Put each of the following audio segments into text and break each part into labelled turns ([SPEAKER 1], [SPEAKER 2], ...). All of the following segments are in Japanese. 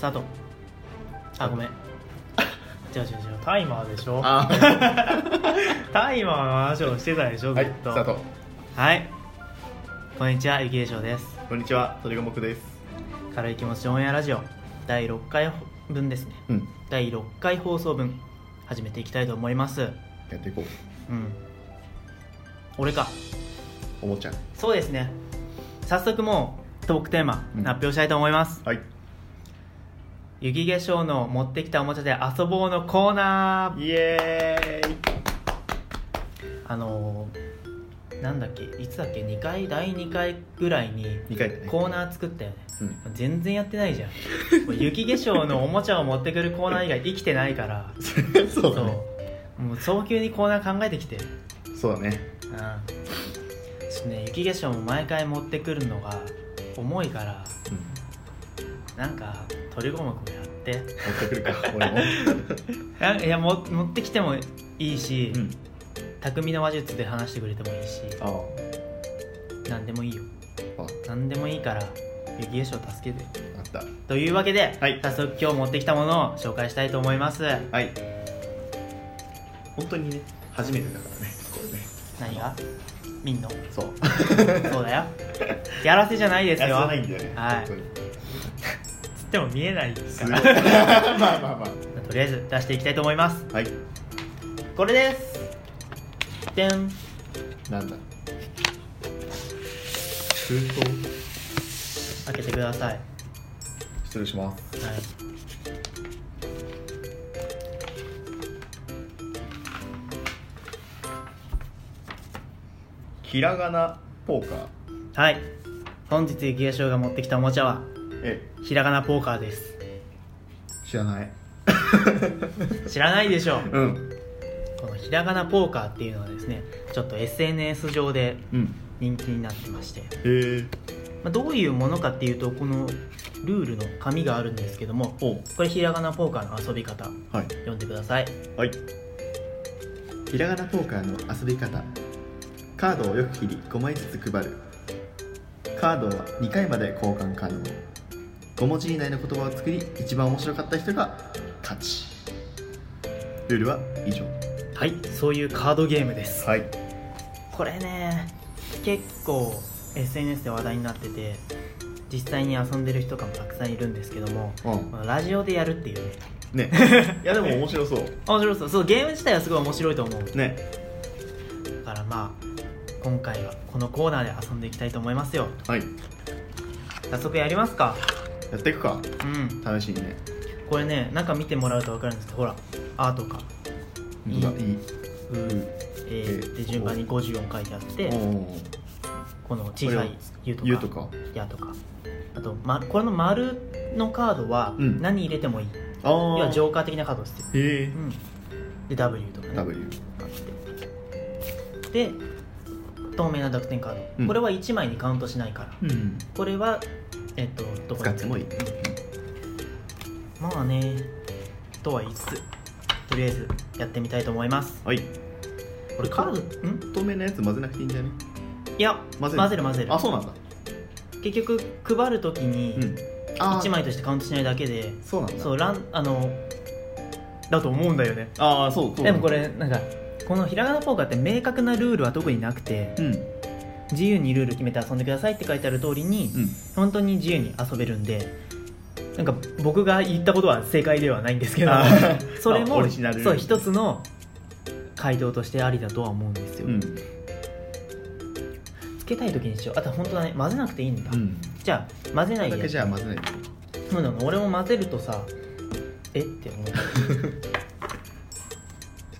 [SPEAKER 1] タートあ ごめん違う違う違うタイマーでしょ
[SPEAKER 2] あ
[SPEAKER 1] タイマーの話をしてたでしょず
[SPEAKER 2] は
[SPEAKER 1] っ
[SPEAKER 2] いス
[SPEAKER 1] と
[SPEAKER 2] タート
[SPEAKER 1] はいこんにちはゆきでしょうです
[SPEAKER 2] こんにちは鳥が木です
[SPEAKER 1] 軽い気持ちオンエアラジオ第6回分ですね
[SPEAKER 2] うん
[SPEAKER 1] 第6回放送分始めていきたいと思います
[SPEAKER 2] やっていこう
[SPEAKER 1] うん俺か
[SPEAKER 2] おもちゃ
[SPEAKER 1] そうですね早速もうトークテーマ
[SPEAKER 2] うん
[SPEAKER 1] 発表したいと思います、
[SPEAKER 2] はい
[SPEAKER 1] 雪化粧の持ってきたおもちゃで遊ぼうのコーナー
[SPEAKER 2] イエーイ
[SPEAKER 1] あのーなんだっけいつだっけ2回第2回ぐらいに
[SPEAKER 2] 2回だね
[SPEAKER 1] コーナー作ったよね
[SPEAKER 2] うん
[SPEAKER 1] 全然やってないじゃんもう雪化粧のおもちゃを持ってくるコーナー以外生きてないから
[SPEAKER 2] そうだね
[SPEAKER 1] そうもう早急にコーナー考えてきて
[SPEAKER 2] そうだね
[SPEAKER 1] うんちょっとね雪化粧も毎回持ってくるのが重いから
[SPEAKER 2] うん
[SPEAKER 1] なんか鳥五目もやって
[SPEAKER 2] 持ってく るか俺も
[SPEAKER 1] あいやも持ってきてもいいし、
[SPEAKER 2] うん
[SPEAKER 1] 匠の話術で話してくれてもいいし
[SPEAKER 2] あ
[SPEAKER 1] 何でもいいよ
[SPEAKER 2] ああ
[SPEAKER 1] 何でもいいから雪化粧助けて
[SPEAKER 2] あった
[SPEAKER 1] というわけで、
[SPEAKER 2] はい
[SPEAKER 1] 早速今日持ってきたものを紹介したいと思います
[SPEAKER 2] はい本当にね初めてだからねこれね
[SPEAKER 1] 何がみんの
[SPEAKER 2] そう
[SPEAKER 1] そう だよやらせじゃないです
[SPEAKER 2] や
[SPEAKER 1] よ
[SPEAKER 2] らないんだよね
[SPEAKER 1] はい
[SPEAKER 2] 本当に
[SPEAKER 1] つっても見えないか
[SPEAKER 2] すごい
[SPEAKER 1] ら
[SPEAKER 2] まあまあま
[SPEAKER 1] とりあえず出していきたいと思います
[SPEAKER 2] あはい
[SPEAKER 1] これですでん
[SPEAKER 2] なんだ封筒
[SPEAKER 1] 開けてください、はい、
[SPEAKER 2] 失礼しますひらがなポーカー
[SPEAKER 1] はい本日雪化粧が持ってきたおもちゃは
[SPEAKER 2] え
[SPEAKER 1] ひらがなポーカーです
[SPEAKER 2] 知らない
[SPEAKER 1] 知らないでしょう
[SPEAKER 2] うん
[SPEAKER 1] このひらがなポーカーっていうのはですねちょっと SNS 上で
[SPEAKER 2] うん
[SPEAKER 1] 人気になってまして、ま
[SPEAKER 2] へえ
[SPEAKER 1] あ、どういうものかっていうとこのルールの紙があるんですけども
[SPEAKER 2] お
[SPEAKER 1] これひらがなポーカーの遊び方
[SPEAKER 2] はい
[SPEAKER 1] 読んでください
[SPEAKER 2] はいひらがなポーカーの遊び方カードをよく切り5枚ずつ配るカードは2回まで交換可能5文字以内の言葉を作り一番面白かった人が勝ちルールは以上
[SPEAKER 1] はいそういうカードゲームです
[SPEAKER 2] はい
[SPEAKER 1] これね結構 SNS で話題になってて実際に遊んでる人とかもたくさんいるんですけども
[SPEAKER 2] うん
[SPEAKER 1] このラジオでやるっていうね
[SPEAKER 2] ねいやでも面白そう
[SPEAKER 1] 面白そうそうゲーム自体はすごい面白いと思う
[SPEAKER 2] ね
[SPEAKER 1] だからまあ今回はこのコーナーで遊んでいきたいと思いますよ
[SPEAKER 2] はい
[SPEAKER 1] 早速やりますか
[SPEAKER 2] やっていくか
[SPEAKER 1] うん
[SPEAKER 2] 楽しいね
[SPEAKER 1] これね中見てもらうと分かるんですけどほら「あ」とか
[SPEAKER 2] い
[SPEAKER 1] い
[SPEAKER 2] いい
[SPEAKER 1] 「
[SPEAKER 2] い
[SPEAKER 1] う」えーって
[SPEAKER 2] え
[SPEAKER 1] 順番に54書いてあって
[SPEAKER 2] おー
[SPEAKER 1] この小さい「ゆ」とか
[SPEAKER 2] 言うとか
[SPEAKER 1] 「や」とかあと、ま、これの丸のカードは
[SPEAKER 2] うん
[SPEAKER 1] 何入れてもいい、
[SPEAKER 2] ああ
[SPEAKER 1] 要はジョーカー的なカードですよ、
[SPEAKER 2] へ
[SPEAKER 1] うん、で W とか
[SPEAKER 2] え
[SPEAKER 1] ね
[SPEAKER 2] W
[SPEAKER 1] あってで透明な濁点カード、
[SPEAKER 2] うん
[SPEAKER 1] これは1枚にカウントしないから
[SPEAKER 2] うん
[SPEAKER 1] これはえっとどこに
[SPEAKER 2] 使ってもいい
[SPEAKER 1] まあねとは言いつつとりあえずやってみたいと思います
[SPEAKER 2] はい
[SPEAKER 1] 俺カードん
[SPEAKER 2] 透明なやつ混ぜなくていいんじゃね
[SPEAKER 1] いや
[SPEAKER 2] 混
[SPEAKER 1] 混ぜ
[SPEAKER 2] ぜる
[SPEAKER 1] る混ぜる
[SPEAKER 2] あそうなんだ
[SPEAKER 1] 結局配るときに
[SPEAKER 2] あ
[SPEAKER 1] 1枚としてカウントしないだけで
[SPEAKER 2] そうなんだ
[SPEAKER 1] そうランあのだと思うんだよね
[SPEAKER 2] ああそうそう
[SPEAKER 1] でもこれなんかこのひらがなポーカーって明確なルールは特になくて
[SPEAKER 2] うんうん
[SPEAKER 1] 自由にルール決めて遊んでくださいって書いてある通りに、本当に自由に遊べるんでなんか僕が言ったことは正解ではないんですけど
[SPEAKER 2] あー
[SPEAKER 1] それ
[SPEAKER 2] あオ
[SPEAKER 1] も
[SPEAKER 2] リジナル
[SPEAKER 1] そう一つの回答としてありだとは思うんですよ、
[SPEAKER 2] うん
[SPEAKER 1] つけたい時にしようあと本当だね混ぜなくていいんだ、
[SPEAKER 2] うん
[SPEAKER 1] じゃあ混ぜない
[SPEAKER 2] だけ
[SPEAKER 1] で
[SPEAKER 2] じゃあ混ぜないで
[SPEAKER 1] そうなの俺も混ぜるとさえって 思う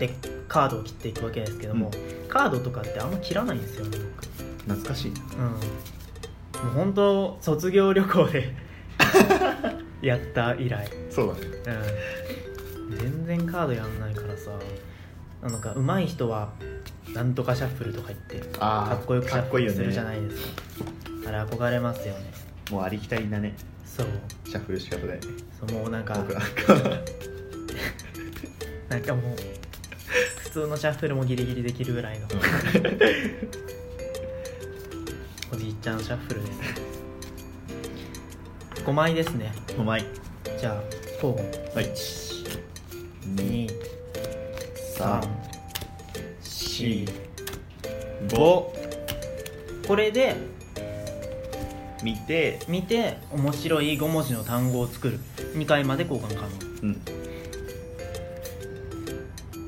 [SPEAKER 1] でカードを切っていくわけですけども、カードとかってあんま切らないんですよね僕
[SPEAKER 2] 懐かしいな
[SPEAKER 1] うん、もう本当卒業旅行で やった以来、
[SPEAKER 2] そうだね
[SPEAKER 1] うん、全然カードやんないからさなんか上手い人はなんとかシャッフルとか言って
[SPEAKER 2] あ
[SPEAKER 1] かっこよくシ
[SPEAKER 2] か
[SPEAKER 1] ャ
[SPEAKER 2] っ
[SPEAKER 1] ッ
[SPEAKER 2] こ
[SPEAKER 1] フ
[SPEAKER 2] いい
[SPEAKER 1] ル
[SPEAKER 2] よ
[SPEAKER 1] するじゃ
[SPEAKER 2] ね
[SPEAKER 1] ないですかあれ憧れますよね
[SPEAKER 2] もうありきたりなね
[SPEAKER 1] そう
[SPEAKER 2] シャッフル仕方だよね
[SPEAKER 1] そうもうなんか
[SPEAKER 2] 僕 なんか
[SPEAKER 1] なんかもう普通のシャッフルもギリギリできるぐらいのおじいちゃんシャッフルですね5枚ですね
[SPEAKER 2] 5枚
[SPEAKER 1] じゃあ4
[SPEAKER 2] はい
[SPEAKER 1] 2 3 4
[SPEAKER 2] 5
[SPEAKER 1] これで
[SPEAKER 2] 見て、
[SPEAKER 1] 見て面白い5文字の単語を作る2回まで交換可能
[SPEAKER 2] うん、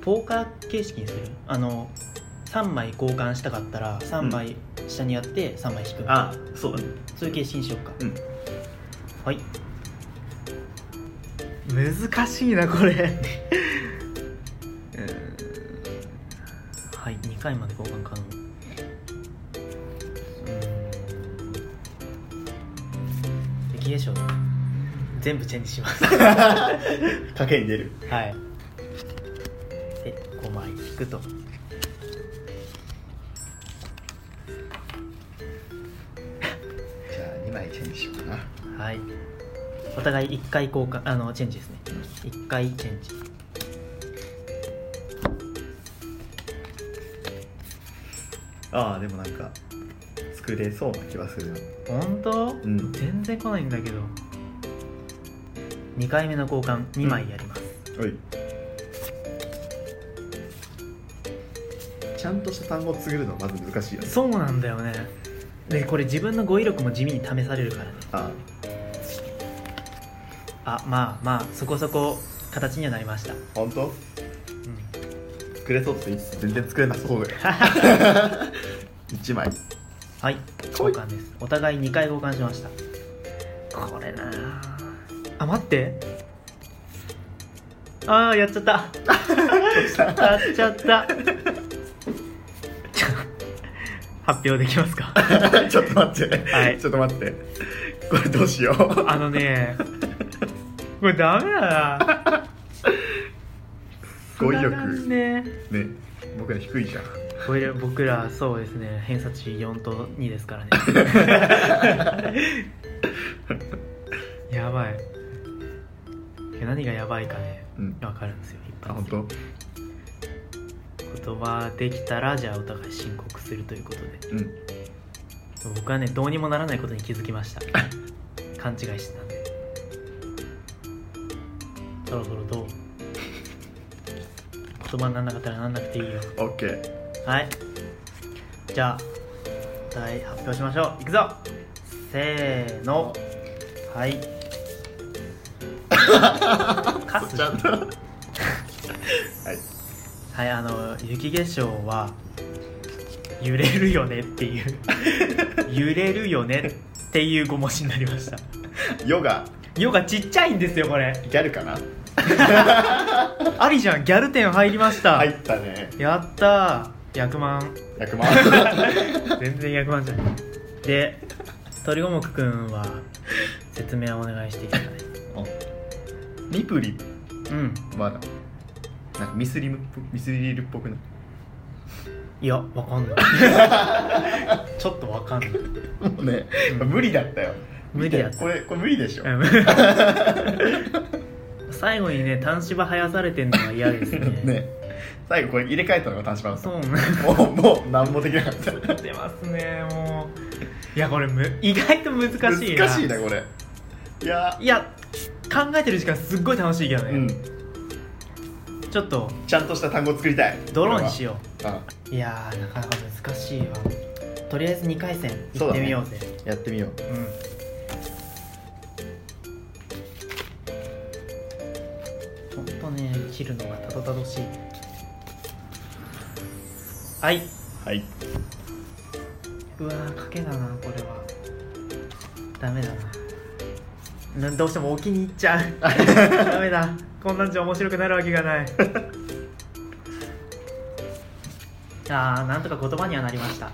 [SPEAKER 1] ポーカー形式にするあの3枚交換したかったら3枚下にやって3枚引く、
[SPEAKER 2] あそうだね
[SPEAKER 1] そういう形式にしようか、
[SPEAKER 2] うん
[SPEAKER 1] はい
[SPEAKER 2] 難しいなこれ
[SPEAKER 1] はい2回まで交換可能うーんできでしょう全部チェンジしますは
[SPEAKER 2] 賭けに出る
[SPEAKER 1] いで5枚引くと
[SPEAKER 2] じゃあ2枚チェンジしようかな
[SPEAKER 1] はいお互い1回交換あのチェンジですね1回チェンジ
[SPEAKER 2] ああでもなんか作れそうな気はするな
[SPEAKER 1] 本当、
[SPEAKER 2] ん
[SPEAKER 1] 全然来ないんだけど2回目の交換2枚やります、
[SPEAKER 2] おいちゃんとした単語を作るのはまず難しいよね
[SPEAKER 1] そうなんだよねでこれ自分の語彙力も地味に試されるからね
[SPEAKER 2] あ
[SPEAKER 1] あまあまあそこそこ形にはなりました、うん、
[SPEAKER 2] 本当作れそうって言いつつ全然作れなそうだよ1 枚
[SPEAKER 1] はい交
[SPEAKER 2] ほい
[SPEAKER 1] 換ですお互い2回交換しましたこれなああ待ってああやっちゃったやっちゃったちょ発表できますか
[SPEAKER 2] ちょっと待って、
[SPEAKER 1] はい
[SPEAKER 2] ちょっと待ってこれどうしよう
[SPEAKER 1] あのねこれダメだな
[SPEAKER 2] 語彙
[SPEAKER 1] つなが
[SPEAKER 2] 力
[SPEAKER 1] ん
[SPEAKER 2] ね
[SPEAKER 1] ね
[SPEAKER 2] 僕ら低いじゃん
[SPEAKER 1] これ僕らそうですね偏差値4と2です からねやばいいや何がやばいかね
[SPEAKER 2] うん
[SPEAKER 1] 分かるんですよ一
[SPEAKER 2] あ
[SPEAKER 1] 般
[SPEAKER 2] 本
[SPEAKER 1] 的に
[SPEAKER 2] 当
[SPEAKER 1] 言葉できたらじゃあお互い申告するということで
[SPEAKER 2] うん
[SPEAKER 1] 僕はねどうにもならないことに気づきました 勘違いしてたんでそろそろどう言葉にならなかったらなんなくていいよ
[SPEAKER 2] OK
[SPEAKER 1] はいじゃあ答え発表しましょういくぞせーのはいカス
[SPEAKER 2] ちゃんとはい
[SPEAKER 1] はいあの雪化粧は揺れるよねっていう揺れるよねっていう5文字になりました
[SPEAKER 2] ヨガ
[SPEAKER 1] ヨガちっちゃいんですよこれ
[SPEAKER 2] ギャルかな
[SPEAKER 1] ありじゃんギャル店入りました、
[SPEAKER 2] 入ったね
[SPEAKER 1] やったー100万
[SPEAKER 2] 100万
[SPEAKER 1] 全然100万じゃないで鳥五目くんは説明をお願いしていただいて
[SPEAKER 2] ミプリ
[SPEAKER 1] うん
[SPEAKER 2] まだなんかミスリムっぽミスリルっぽくない
[SPEAKER 1] いやわかんない ちょっとわかんない
[SPEAKER 2] もうね、無理だったよ
[SPEAKER 1] 無理だった
[SPEAKER 2] これこれ無理でしょ、
[SPEAKER 1] うん 最後にね端子ば生やされてんのは嫌 ですね
[SPEAKER 2] ね最後これ入れ替えたのが短縮版
[SPEAKER 1] そう
[SPEAKER 2] もうもう何もできなかった
[SPEAKER 1] なってますねもういやこれむ意外と難しいな
[SPEAKER 2] 難しいなこれいや
[SPEAKER 1] いや考えてる時間すっごい楽しいけどね、
[SPEAKER 2] うん
[SPEAKER 1] ちょっと
[SPEAKER 2] ちゃんとした単語作りたい
[SPEAKER 1] ドローンしよ
[SPEAKER 2] これは
[SPEAKER 1] ういやーなかなか難しいわとりあえず2回戦行っ
[SPEAKER 2] そうだ
[SPEAKER 1] て
[SPEAKER 2] ね
[SPEAKER 1] みようぜ
[SPEAKER 2] うんやってみよう
[SPEAKER 1] うんほんとね切るのがたどたどしいはいう
[SPEAKER 2] はいう
[SPEAKER 1] わー賭けだなこれはダメだななどうしても置きに行っちゃう ダメだこんなんじゃ面白くなるわけがない あーなんとか言葉にはなりました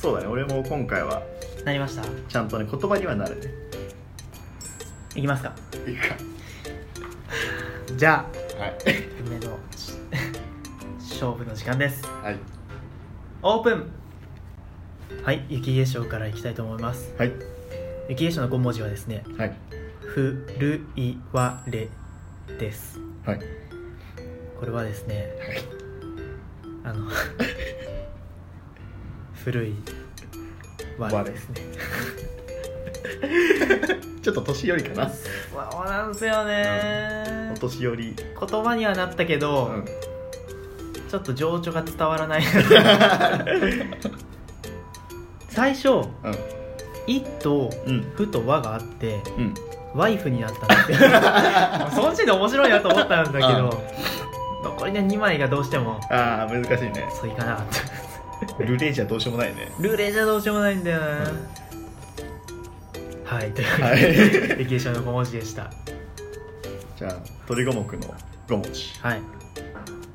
[SPEAKER 2] そうだね俺も今回は
[SPEAKER 1] なりました
[SPEAKER 2] ちゃんとね言葉にはなるね
[SPEAKER 1] いきますか
[SPEAKER 2] いいか
[SPEAKER 1] じゃあ
[SPEAKER 2] はい
[SPEAKER 1] 運命の勝負の時間です
[SPEAKER 2] はい
[SPEAKER 1] オープンはい雪化粧からいきたいと思います
[SPEAKER 2] はい
[SPEAKER 1] 雪化粧の5文字はですね
[SPEAKER 2] はい
[SPEAKER 1] 「ふるいわれ」です
[SPEAKER 2] はい
[SPEAKER 1] これはですねあ
[SPEAKER 2] はい
[SPEAKER 1] の 古い我ですね
[SPEAKER 2] ちょっと年寄りかな
[SPEAKER 1] そうなんですよね
[SPEAKER 2] お年寄り、
[SPEAKER 1] 言葉にはなったけ
[SPEAKER 2] う
[SPEAKER 1] ど、
[SPEAKER 2] ん、
[SPEAKER 1] ちょっと情緒が伝わ らない最初
[SPEAKER 2] うん
[SPEAKER 1] 「い」と
[SPEAKER 2] うん
[SPEAKER 1] 「ふ」と「わ」があって
[SPEAKER 2] うん
[SPEAKER 1] ワイフになったん ですよその時点で面白いなと思ったんだけど残りの2枚がどうしても
[SPEAKER 2] ああ難しいね
[SPEAKER 1] そういかなかった
[SPEAKER 2] ルレじゃどうしようもないね
[SPEAKER 1] ルーレじゃどうしようもないんだよな、はいというわ
[SPEAKER 2] は
[SPEAKER 1] け
[SPEAKER 2] い
[SPEAKER 1] で歴史の小文字でした
[SPEAKER 2] じゃあ鳥五目の五文字
[SPEAKER 1] はい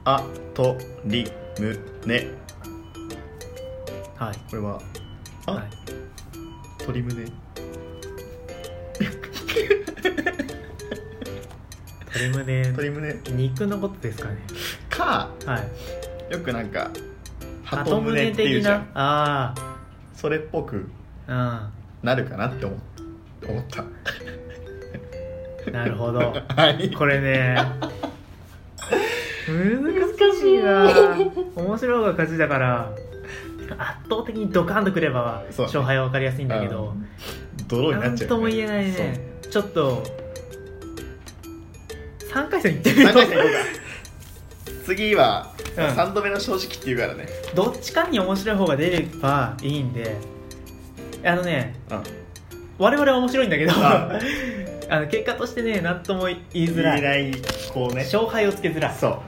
[SPEAKER 2] あとりむね
[SPEAKER 1] はい
[SPEAKER 2] これはあ、
[SPEAKER 1] はい
[SPEAKER 2] 鳥むね
[SPEAKER 1] 鶏胸
[SPEAKER 2] 鳥むね
[SPEAKER 1] 肉のことですかね
[SPEAKER 2] か
[SPEAKER 1] はい
[SPEAKER 2] よくなんか鳩むねっていうじゃん
[SPEAKER 1] あ
[SPEAKER 2] それっぽく
[SPEAKER 1] あ
[SPEAKER 2] なるかなって思っ思った
[SPEAKER 1] うんなるほど
[SPEAKER 2] はい
[SPEAKER 1] これね難しいな面白い方が勝ちだから圧倒的にドカンとくれば
[SPEAKER 2] そう
[SPEAKER 1] 勝敗は分かりやすいんだけど
[SPEAKER 2] 泥にな
[SPEAKER 1] な
[SPEAKER 2] っ
[SPEAKER 1] ん
[SPEAKER 2] ちゃう、ね、
[SPEAKER 1] とも言えないねちょっと3回戦いってみ
[SPEAKER 2] そ
[SPEAKER 1] よ
[SPEAKER 2] う三回戦行こ
[SPEAKER 1] う
[SPEAKER 2] うか次は、
[SPEAKER 1] うん
[SPEAKER 2] 三度目の正直っていうからね
[SPEAKER 1] どっちかに面白い方が出ればいいんであのね
[SPEAKER 2] うん
[SPEAKER 1] 我々は面白いんだけど
[SPEAKER 2] あ
[SPEAKER 1] あの結果としてね何とも言いづらい
[SPEAKER 2] いこうね
[SPEAKER 1] 勝敗をつけづらい
[SPEAKER 2] そ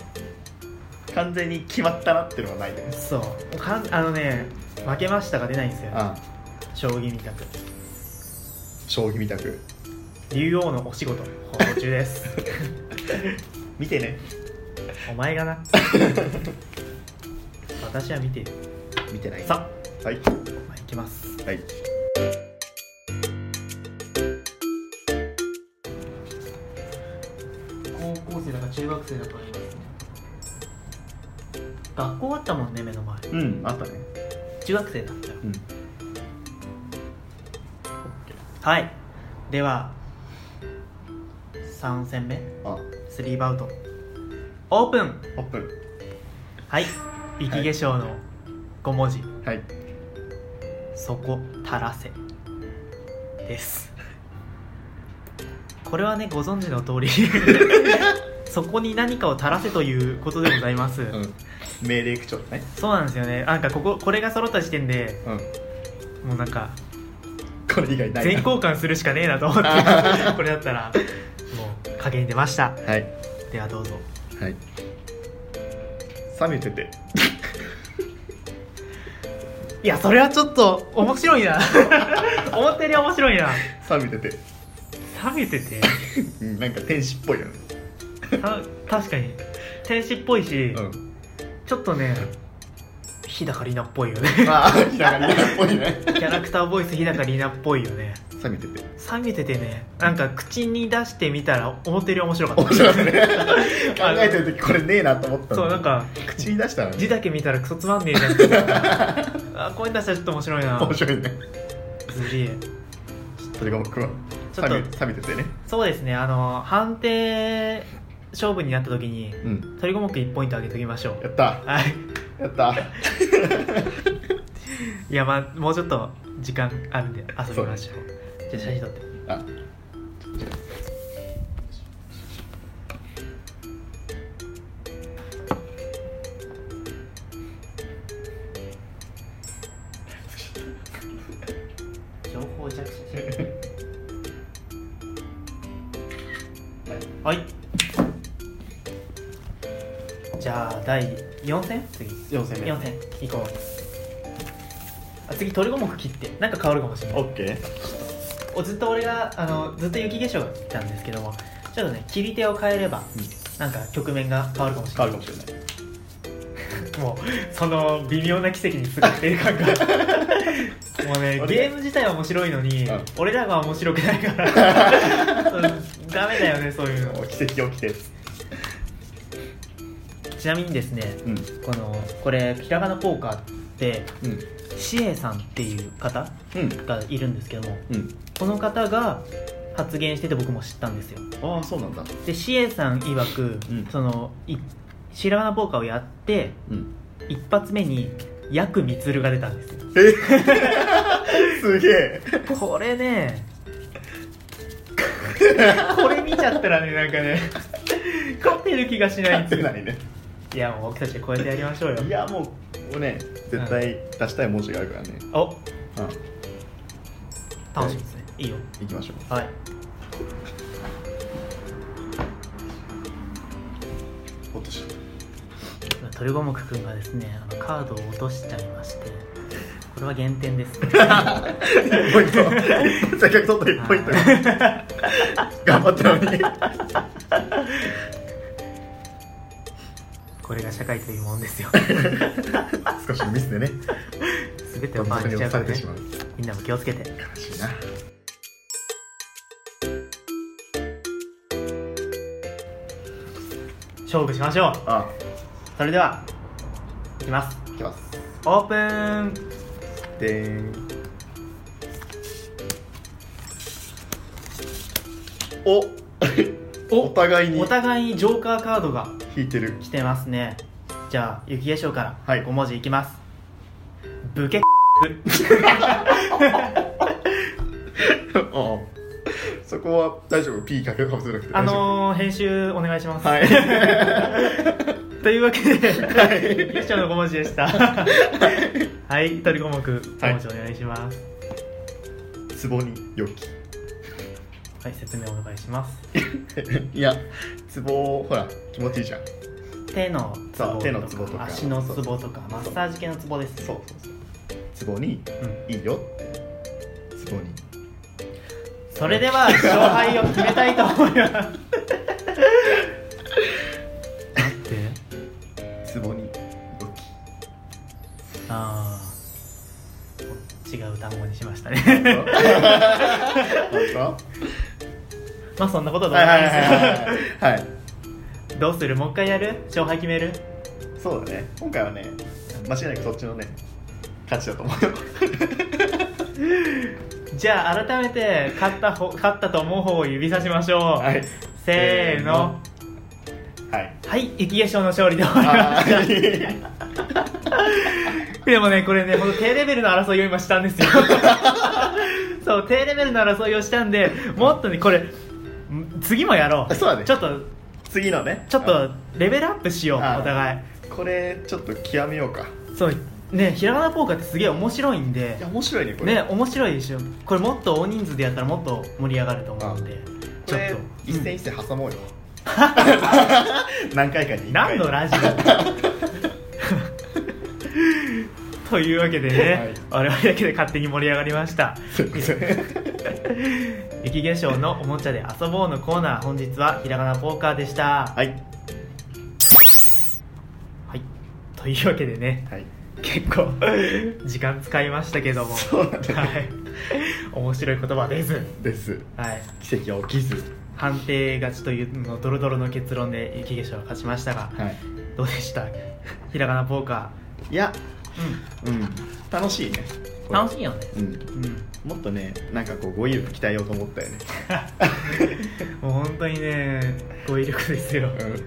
[SPEAKER 2] う完全に決まったなっていうのはないね
[SPEAKER 1] そうかんあのね負けましたが出ないんですよ
[SPEAKER 2] あ
[SPEAKER 1] 将棋みたく
[SPEAKER 2] 将棋みたく
[SPEAKER 1] 竜王のお仕事放送中です
[SPEAKER 2] 見てね
[SPEAKER 1] お前がな私は見ている
[SPEAKER 2] 見てない
[SPEAKER 1] さ
[SPEAKER 2] はい
[SPEAKER 1] あ、まあ、いきます
[SPEAKER 2] はい
[SPEAKER 1] 高校生だか中学生だかいますね学校あったもんね目の前
[SPEAKER 2] うんあったね
[SPEAKER 1] 中学生だったよ
[SPEAKER 2] うん
[SPEAKER 1] はいでは3戦目
[SPEAKER 2] あ
[SPEAKER 1] 3バウトオープン
[SPEAKER 2] オープン
[SPEAKER 1] はい雪化粧の5文字、
[SPEAKER 2] はい
[SPEAKER 1] そこたらせですこれはねご存知の通り そこに何かを垂らせということでございます、
[SPEAKER 2] うん命令口調ね
[SPEAKER 1] そうなんですよねなんかこここれが揃った時点で
[SPEAKER 2] うん
[SPEAKER 1] もうなんか
[SPEAKER 2] これ以外ないな
[SPEAKER 1] 全交換するしかねえなと思ってこれだったらもう影に出ました
[SPEAKER 2] はい
[SPEAKER 1] ではどうぞ
[SPEAKER 2] はい冷めてて
[SPEAKER 1] いやそれはちょっと面白 いな思ったより面白いな
[SPEAKER 2] 冷めてて、
[SPEAKER 1] 冷めてて
[SPEAKER 2] うん、なんか天使っぽいよね
[SPEAKER 1] た確かに天使っぽいし、
[SPEAKER 2] うん
[SPEAKER 1] ちょっとね日高里奈っぽいよね
[SPEAKER 2] まあひらがなっぽいね
[SPEAKER 1] キャラクターボイス日高里奈っぽいよね
[SPEAKER 2] 冷めてて
[SPEAKER 1] 冷めててねなんか口に出してみたら思ったより面白かっ
[SPEAKER 2] 面
[SPEAKER 1] た
[SPEAKER 2] 白い ね考えてる時これねえなと思った
[SPEAKER 1] そうなんか
[SPEAKER 2] 口に出したらね
[SPEAKER 1] 字だけ見たらクソつまんねえじゃんって思ったあ声出したらちょっと面白いな
[SPEAKER 2] 面白いね
[SPEAKER 1] ずりえ
[SPEAKER 2] それが僕は
[SPEAKER 1] ちょっと
[SPEAKER 2] 冷め冷めててね
[SPEAKER 1] そうですねあの判定勝負になった時に
[SPEAKER 2] うん
[SPEAKER 1] 鳥五目1ポイントあげときましょ
[SPEAKER 2] や
[SPEAKER 1] う
[SPEAKER 2] った
[SPEAKER 1] はい
[SPEAKER 2] やった
[SPEAKER 1] いやまあもうちょっと時間あるんで遊びましょうじゃあ写真撮って
[SPEAKER 2] あ
[SPEAKER 1] 情報弱者はいじゃあ第4戦次
[SPEAKER 2] 4戦
[SPEAKER 1] 4戦行こうあ次鳥五目切ってなんか変わるかもしれない
[SPEAKER 2] オッケー
[SPEAKER 1] おずっと俺があのずっと雪化粧が切ったんですけどもちょっとね切り手を変えればなんか局面が変わるかもしれな
[SPEAKER 2] 変わ
[SPEAKER 1] い
[SPEAKER 2] るかもしれない
[SPEAKER 1] もうその微妙な奇跡にすがっている感がもうね
[SPEAKER 2] 俺
[SPEAKER 1] ゲーム自体は面白いのに、
[SPEAKER 2] うん
[SPEAKER 1] 俺らが面白くないからうん ダメだよねそういうの
[SPEAKER 2] もう奇跡起きて
[SPEAKER 1] ちなみにですね
[SPEAKER 2] うん
[SPEAKER 1] このこれひらがなポーカーって
[SPEAKER 2] うん
[SPEAKER 1] シエさんっていう方
[SPEAKER 2] うん
[SPEAKER 1] がいるんですけども
[SPEAKER 2] うん
[SPEAKER 1] この方が発言してて僕も知ったんですよ
[SPEAKER 2] ああそうなんだ
[SPEAKER 1] でシエさん曰く、
[SPEAKER 2] うん
[SPEAKER 1] そのいひらがなポーカーをやって
[SPEAKER 2] うん
[SPEAKER 1] 一発目にヤクミツルが出たんですよ
[SPEAKER 2] すげえ
[SPEAKER 1] これねこれ見ちゃったらねなんかね勝ってる気がしないん
[SPEAKER 2] 勝
[SPEAKER 1] で
[SPEAKER 2] て
[SPEAKER 1] すよ
[SPEAKER 2] ないね
[SPEAKER 1] いやもう僕たちでこうやってやりましょうよ
[SPEAKER 2] いやもうもうね絶対出したい文字があるからね、
[SPEAKER 1] お
[SPEAKER 2] うん、
[SPEAKER 1] 楽しみですねいいよ
[SPEAKER 2] 行きましょう
[SPEAKER 1] はい
[SPEAKER 2] 落とし
[SPEAKER 1] トリゴモク君がですねあのカードを落としちゃいましてこれは減点 ですね
[SPEAKER 2] 1ポイン トせっかく取った1ポイント頑張ったのに
[SPEAKER 1] これが社会というもんですよ
[SPEAKER 2] 少しのミスでね
[SPEAKER 1] 全てを回
[SPEAKER 2] 本当
[SPEAKER 1] し
[SPEAKER 2] に
[SPEAKER 1] ちゃ
[SPEAKER 2] 押
[SPEAKER 1] う
[SPEAKER 2] さ
[SPEAKER 1] から
[SPEAKER 2] れて
[SPEAKER 1] ね
[SPEAKER 2] しまう
[SPEAKER 1] みんなも気をつけて
[SPEAKER 2] 悲しいな
[SPEAKER 1] 勝負しましょう
[SPEAKER 2] あ
[SPEAKER 1] それではいきます
[SPEAKER 2] いきます
[SPEAKER 1] オープン
[SPEAKER 2] でーんおお互いに
[SPEAKER 1] お互いにジョーカーカードが
[SPEAKER 2] 引いてる
[SPEAKER 1] 来てますねじゃあ雪化粧か
[SPEAKER 2] は
[SPEAKER 1] ら
[SPEAKER 2] い
[SPEAKER 1] 5文字いきます、ブケ
[SPEAKER 2] ああそこは大丈夫 P かけかぶせなくて
[SPEAKER 1] あ
[SPEAKER 2] 大丈夫
[SPEAKER 1] のー、編集お願いします、
[SPEAKER 2] はい
[SPEAKER 1] というわけで、
[SPEAKER 2] はい
[SPEAKER 1] 雪化粧の5文字でしたはい鳥五目5文字お願いします
[SPEAKER 2] 壺に良き
[SPEAKER 1] はい、説明お願いします
[SPEAKER 2] いや壺ほら気持ちいいじゃん
[SPEAKER 1] 手のツボ
[SPEAKER 2] そう手のツボとか
[SPEAKER 1] 足のツボとかマッサージ系のツボですね
[SPEAKER 2] そうそうそう壺に
[SPEAKER 1] うん
[SPEAKER 2] いいよって壺に
[SPEAKER 1] それでは勝敗を決めたいと思いま すだって
[SPEAKER 2] 壺 に良き
[SPEAKER 1] ああ違う単語にしましたね
[SPEAKER 2] 本
[SPEAKER 1] まあそんなこと
[SPEAKER 2] 当
[SPEAKER 1] だ
[SPEAKER 2] はい
[SPEAKER 1] と
[SPEAKER 2] はい
[SPEAKER 1] 思い
[SPEAKER 2] はい
[SPEAKER 1] ま
[SPEAKER 2] はいはい
[SPEAKER 1] すどうするもう一回やる勝敗決める
[SPEAKER 2] そうだね今回はね間違いなくそっちのね勝ちだと思うよ
[SPEAKER 1] じゃあ改めて勝った方勝ったと思う方を指さしましょう、
[SPEAKER 2] はい
[SPEAKER 1] せーの
[SPEAKER 2] はい
[SPEAKER 1] はい雪化粧の勝利で終わりま
[SPEAKER 2] あ
[SPEAKER 1] した
[SPEAKER 2] ー
[SPEAKER 1] でもねこれねほんと低レベルの争いを今したん ですよそう低レベルの争いをしたんでもっとねこれん次もやろう
[SPEAKER 2] そうだね
[SPEAKER 1] ちょっと
[SPEAKER 2] 次のね
[SPEAKER 1] ちょっとレベルアップしようお
[SPEAKER 2] あ
[SPEAKER 1] 互い
[SPEAKER 2] これちょっと極めようか
[SPEAKER 1] そうねひらがなポーカーってすげえ面白いんで
[SPEAKER 2] いや面白いねこれ
[SPEAKER 1] ね面白いでしょこれもっと大人数でやったらもっと盛り上がると思うんで
[SPEAKER 2] これ一
[SPEAKER 1] うん
[SPEAKER 2] 戦一戦挟もうよ何回かに一回
[SPEAKER 1] 何のラジオ というわけでね、我々だけで勝手に盛り上がりました
[SPEAKER 2] そういうことね
[SPEAKER 1] 雪化粧のおもちゃで遊ぼうのコーナー本日はひらがなポーカーでしたは
[SPEAKER 2] はい
[SPEAKER 1] い、というわけでね
[SPEAKER 2] はい
[SPEAKER 1] 結構時間使いましたけども
[SPEAKER 2] そうなんだ
[SPEAKER 1] はい面白い言葉です
[SPEAKER 2] です
[SPEAKER 1] はい
[SPEAKER 2] 奇跡は起きず
[SPEAKER 1] 判定勝ちというのドロドロの結論で雪化粧が勝ちましたが
[SPEAKER 2] はい
[SPEAKER 1] どうでしたひらがなポーカ
[SPEAKER 2] いや
[SPEAKER 1] ー、
[SPEAKER 2] うん楽しいね
[SPEAKER 1] うん、楽
[SPEAKER 2] し
[SPEAKER 1] しいよね
[SPEAKER 2] いうん
[SPEAKER 1] うん
[SPEAKER 2] もっとねなんかこう語彙力鍛えようと思ったよね
[SPEAKER 1] もう本当にね語彙力ですよ
[SPEAKER 2] うん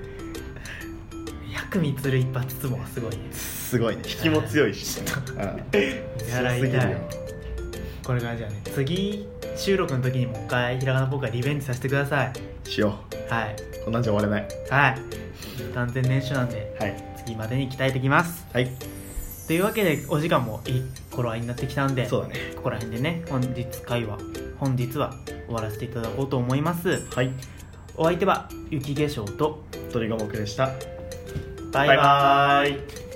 [SPEAKER 1] 薬味つる一発ツボはすごいね
[SPEAKER 2] すごいね引きも強いしうん
[SPEAKER 1] 見
[SPEAKER 2] 強
[SPEAKER 1] 習
[SPEAKER 2] す
[SPEAKER 1] い
[SPEAKER 2] ぎ
[SPEAKER 1] た
[SPEAKER 2] る
[SPEAKER 1] い
[SPEAKER 2] よ
[SPEAKER 1] これからじゃあね次収録の時にもう一回ひらがな僕はリベンジさせてください
[SPEAKER 2] しよ
[SPEAKER 1] はいう
[SPEAKER 2] こんなんじゃ終われない
[SPEAKER 1] はい完全年収なんで
[SPEAKER 2] はい
[SPEAKER 1] 次までに鍛えてきます
[SPEAKER 2] はい
[SPEAKER 1] というわけでお時間もいい頃合いになってきたんで
[SPEAKER 2] そうだね
[SPEAKER 1] ここら辺でね本日会は本日は終わらせていただこうと思います
[SPEAKER 2] はい
[SPEAKER 1] お相手は雪化粧と
[SPEAKER 2] 鳥が僕でした
[SPEAKER 1] バイバイ
[SPEAKER 2] イ